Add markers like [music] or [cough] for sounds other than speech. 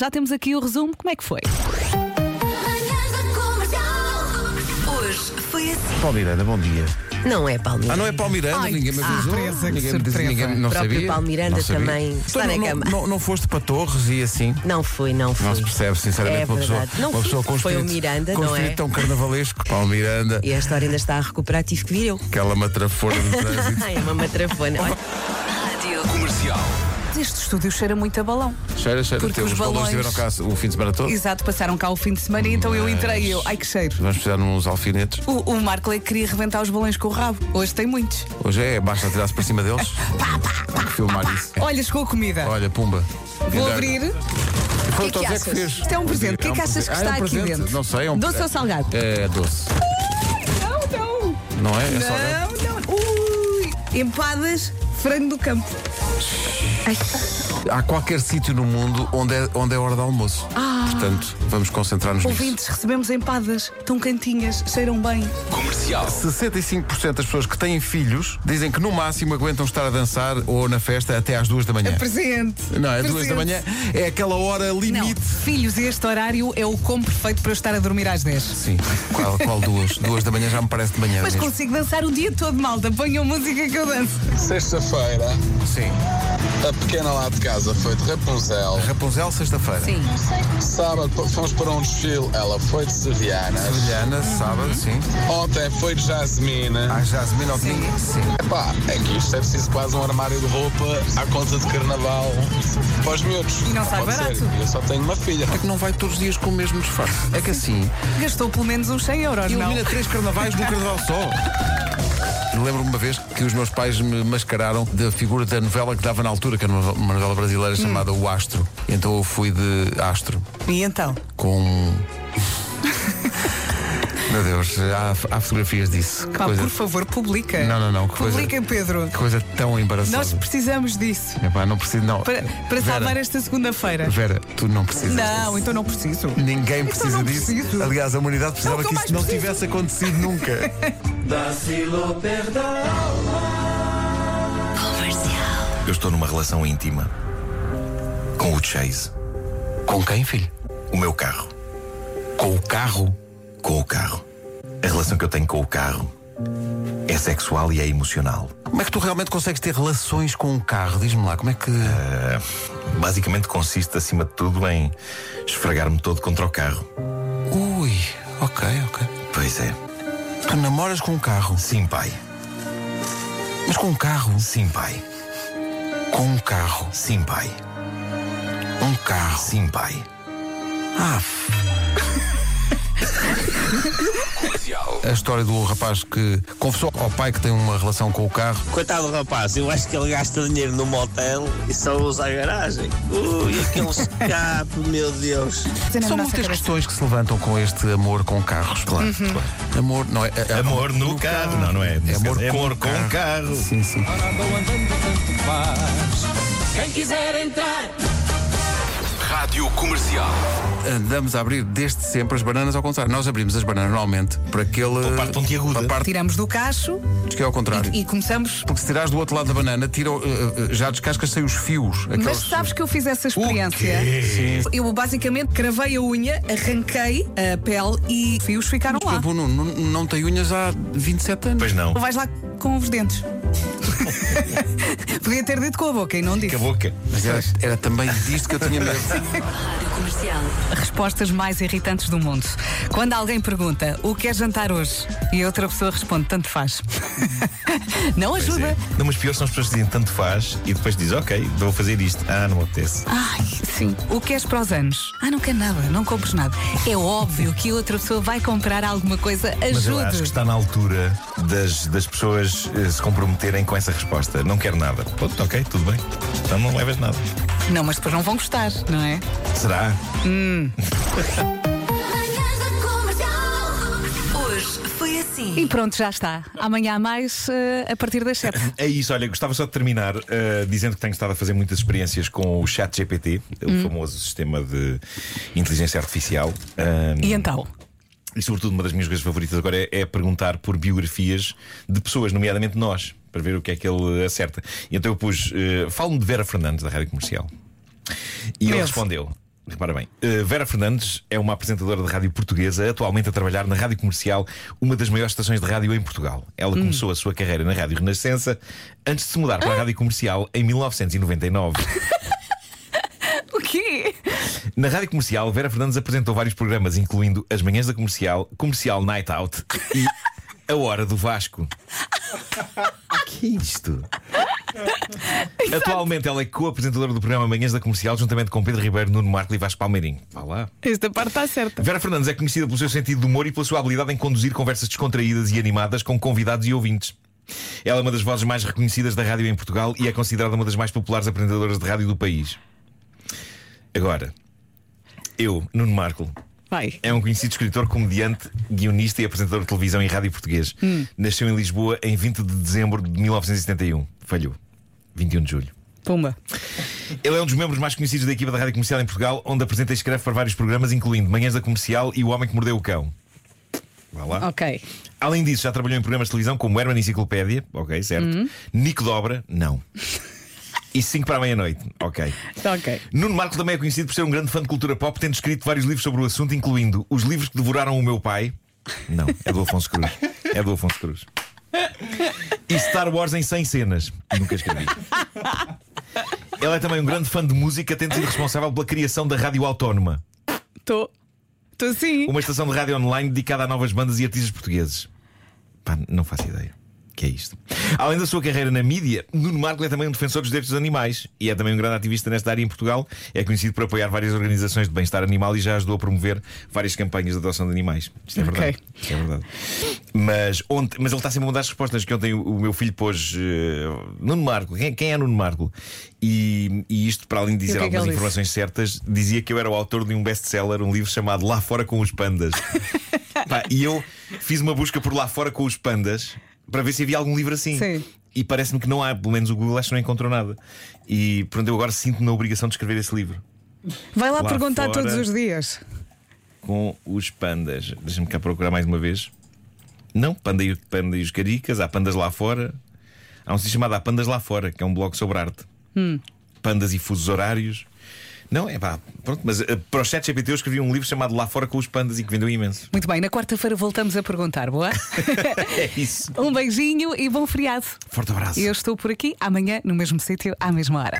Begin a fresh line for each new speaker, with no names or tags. Já temos aqui o resumo. Como é que foi?
Manhãs da Comercial. Hoje foi assim.
Paulo Miranda, bom dia.
Não é
Ah,
Palmeiranda.
não é Paulo Miranda,
Ai,
ninguém me
que
avisou.
surpresa, que
ninguém me disse,
surpresa.
ninguém, não
O próprio
sabia.
Paulo Miranda
Não sabia.
também
Então,
está na
não,
cama.
Não, não foste para Torres e assim?
Não fui, não fui.
Não se percebe, sinceramente,
É
uma pessoa,
verdade. Não
uma
fui.
pessoa com um
Foi o
espírito-
Miranda,
com um
não é?
espírito tão carnavalesco. Paulo Miranda,
E a história ainda está a recuperar, tive que vir eu.
aquela matrafona do
[laughs]
trânsito.
[laughs] Ai, é uma matrafona. Olha,
Este estúdio cheira muito a balão.
Cheira, cheira.
Porque
teu,
os
os balões
balões-
estiveram cá o fim de semana todo.
Exato, passaram cá o fim de semana e então eu entrei e eu. Ai que cheiro.
Vamos precisar de uns alfinetes.
O, o Marco Leite queria reventar os balões com o rabo. Hoje tem muitos.
Hoje é, basta tirar-se para
[laughs]
cima deles. Tem que filmar isso.
Olha, chegou a comida.
Olha, pumba.
Vou
Ainda-
abrir.
Foi o
que
Tom Zé
achas?
fez.
Isto é um presente. O que é que
um
achas que
presente.
está
Ah, é um
aqui
presente.
dentro?
Não sei. É um...
Doce ou salgado?
É doce.
Não, não.
Não é? É salgado.
Não, não. Ui! Empadas, frango do campo. Ai,
Há qualquer sítio no mundo onde é, onde é hora de almoço. Portanto, vamos concentrar-nos nisso.
ouvintes, recebemos empadas. Estão cantinhas, cheiram bem.
65% das pessoas que têm filhos dizem que no máximo aguentam estar a dançar ou na festa até às duas da manhã.
Presente.
Não, é
Presente.
duas da manhã. É aquela hora
Não,
limite.
filhos, este horário é o como perfeito para eu estar a dormir às 10.
Sim. Qual, qual [laughs] duas? duas da manhã já me parece de manhã.
Mas
mesmo.
consigo dançar o dia todo, malta. Ponham música que eu danço.
Sexta-feira,
Sim.
a pequena lá de casa foi de Rapunzel.
Rapunzel, sexta-feira.
Sim.
Sábado p- fomos para um desfile, ela foi de Sevianas.
Juliana, sábado, sim.
Ontem foi de Jasmina.
Às Jasmine ao domingo, Uhum. sim.
Epá, é que isto é preciso quase um armário de roupa à conta de carnaval para os miúdos.
E não sai
Pode ser,
barato.
Eu só tenho uma filha.
É que não vai todos os dias com o mesmo disfarce. É que assim,
Gastou pelo menos uns 100 euros, não?
Ilumina três carnavais num carnaval só. Lembro-me uma vez que os meus pais me mascararam da figura da novela que dava na altura, que era uma uma novela
Hum.
brasileira chamada O Astro. Então eu fui de Astro
E então? [laughs]
com. Meu Deus, há, há fotografias disso. Que
Pá,
coisa...
por favor, publica.
Não, não, não, que coisa-
Publica, Pedro.
que coisa tão
Nós
embaraçosa.
precisamos disso
Epá, não preciso, não.
para, para
Vera,
salvar esta segunda-feira.
Vera, tu não precisas.
Não,
disso.
então não preciso.
Ninguém precisa
não
disso.
preciso.
Aliás, a
É
humanidade precisava
o que eu
que
mais
isso não
preciso.
tivesse
[laughs]
acontecido nunca.
Comercial.
Eu estou numa relação íntima com o Chase,
com quem, filho?
o meu carro,
Com o carro?
com o carro. A relação que eu tenho com o carro é sexual e é emocional.
Como é que tu realmente consegues ter relações com um carro? Diz-me lá, como é que.
Ah, Basicamente consiste, acima de tudo, em esfregar-me todo contra o carro.
Ui, ok, ok.
Pois é.
Tu namoras com um carro,
Sim, pai.
mas com um carro?
Sim, pai.
Com um carro.
Sim, pai.
Um carro.
Sim, pai.
Ah, f... A história do rapaz que confessou ao pai que tem uma relação com o carro.
Coitado do rapaz, eu acho que ele gasta dinheiro no motel e só usa a garagem. Ui, aquele escape, meu Deus.
São muitas questões que se levantam com este amor com carros. Claro.
Uhum.
Amor, não é? é- é-
Amor no carro. Não, não é.
É amor com
amor com o carro.
Sim, sim.
Rádio Comercial.
Andamos a abrir desde sempre as bananas ao contrário. Nós abrimos as bananas normalmente para aquele.
Para a parte pontiaguda.
Para a parte
Tiramos do cacho
que é ao contrário.
e começamos.
Porque se tirares do outro lado da banana, tira, uh, uh, já descascas sem os fios.
Mas
aqueles-
sabes que eu fiz essa experiência? Eu basicamente cravei a unha, arranquei a pele e os fios ficaram
Pô,
lá.
Bruno, não, não tem unhas há 27 anos.
Pois não.
Vais lá com os
[laughs]
dentes. Podia ter dito com a boca e não disse.
Com a boca.
Mas era, era também disto que eu tinha medo.
Comercial.
Respostas mais irritantes do mundo. Quando alguém pergunta o que é jantar hoje e a outra pessoa responde tanto faz. [laughs] Não
Pois
ajuda.
é. Não, mas pior são as pessoas que dizem tanto faz e depois dizem, ok, vou fazer isto. Ah, não me apetece.
Ai, sim. O que és para os anos? Ah, não quer nada, não compres nada. É óbvio que outra pessoa vai comprar alguma coisa.
Mas eu acho que
Ajude.
está na altura das, das pessoas eh, se comprometerem com essa resposta. Não quero nada. Pô, ok, tudo bem. Então não levas nada.
Não, mas depois não vão gostar, não é?
Será?
Manhãs da Comercial. Hoje foi assim.
E pronto, já está. Amanhã há mais eh, a partir das 7.
É isso, olha, gostava só de terminar eh, dizendo que tenho estado a fazer muitas experiências com o Chat GPT, o famoso sistema de inteligência artificial. Ah,
Hum. E então?
E sobretudo uma das minhas coisas favoritas agora é, é perguntar por biografias de pessoas, nomeadamente nós, para ver o que é que ele acerta. E então eu pus, eh, falo-me de Vera Fernandes, da Rádio Comercial. E ele
Mesmo.
respondeu: Repara bem, eh, Vera Fernandes é uma apresentadora de rádio portuguesa, atualmente a trabalhar na rádio comercial, uma das maiores estações de rádio em Portugal. Ela começou a sua carreira na Rádio Renascença antes de se mudar para a rádio comercial em 1999.
O quê?
Na rádio comercial, Vera Fernandes apresentou vários programas, incluindo As Manhãs da Comercial, Comercial Night Out e A Hora do Vasco. que é isto? Atualmente ela é co-apresentadora do programa Manhãs da Comercial, juntamente com Pedro Ribeiro, Nuno Marco e Vasco Palmeirinho. Vá lá.
Esta parte está certa.
Vera Fernandes é conhecida pelo seu sentido de humor e pela sua habilidade em conduzir conversas descontraídas e animadas com convidados e ouvintes. Ela é uma das vozes mais reconhecidas da rádio em Portugal e é considerada uma das mais populares apresentadoras de rádio do país. Agora, eu, Nuno Marco,
Vai.
é um conhecido escritor, comediante, guionista e apresentador de televisão e rádio português.
Hum.
Nasceu em Lisboa em 20 de dezembro de 1971. Falhou. 21 de julho.
Pumba.
Ele é um dos membros mais conhecidos da equipa da Rádio Comercial em Portugal, onde apresenta e escreve para vários programas, incluindo Manhãs da Comercial e O Homem que Mordeu o Cão. Vá lá.
Ok.
Além disso, já trabalhou em programas de televisão como Herman Enciclopédia, ok, certo.
Hum.
Nico Dobra, não. E 5 para a meia-noite, ok.
Ok.
Nuno Marco também é conhecido por ser um grande fã de cultura pop, tendo escrito vários livros sobre o assunto, incluindo Os Livros que Devoraram o Meu Pai. Não, é do Afonso Cruz. É do Afonso Cruz. E Star Wars em 100 cenas. Nunca escrevi. Ele é também um grande fã de música, tendo sido responsável pela criação da Rádio Autónoma,
Estou. Estou sim.
uma estação de rádio online dedicada a novas bandas e artistas portugueses. Pá, não faço ideia. Que é isto. Além da sua carreira na mídia, Nuno Marco é também um defensor dos direitos dos animais e é também um grande ativista nesta área em Portugal. É conhecido por apoiar várias organizações de bem-estar animal e já ajudou a promover várias campanhas de adoção de animais. Isto é verdade. Isto é verdade. Mas, ontem, mas ele está sempre a mudar as respostas que ontem o, o meu filho pôs eh, Nuno Marco. Quem, quem é Nuno Marco? E, e isto, para além de dizer
que é que
algumas
ele disse?
informações certas, dizia que eu era o autor de um best-seller, um livro chamado Lá Fora com
[laughs]
os Pandas. Pá, e eu fiz uma busca por lá fora com os pandas para ver se havia algum livro assim.
Sim.
E parece-me que não há, pelo menos o Google acho que não encontrou nada. E pronto, eu agora sinto-me na obrigação de escrever esse livro.
Vai lá,
Lá
perguntar
fora.
todos os dias.
Com os pandas. Deixa-me cá procurar mais uma vez. Não, panda e, panda e os caricas, há pandas lá fora. Há um sítio chamado Há Pandas Lá Fora, que é um blog sobre arte. Pandas e fusos horários. Não, é pá, pronto, mas eh, para o chat GPT eu escrevi um livro chamado Lá Fora com os Pandas e que vendeu imenso.
Muito bem, na quarta-feira voltamos a perguntar,
[laughs]
boa?
É isso.
um beijinho e bom feriado.
Forte abraço.
Eu estou por aqui amanhã, no mesmo sítio, à mesma hora.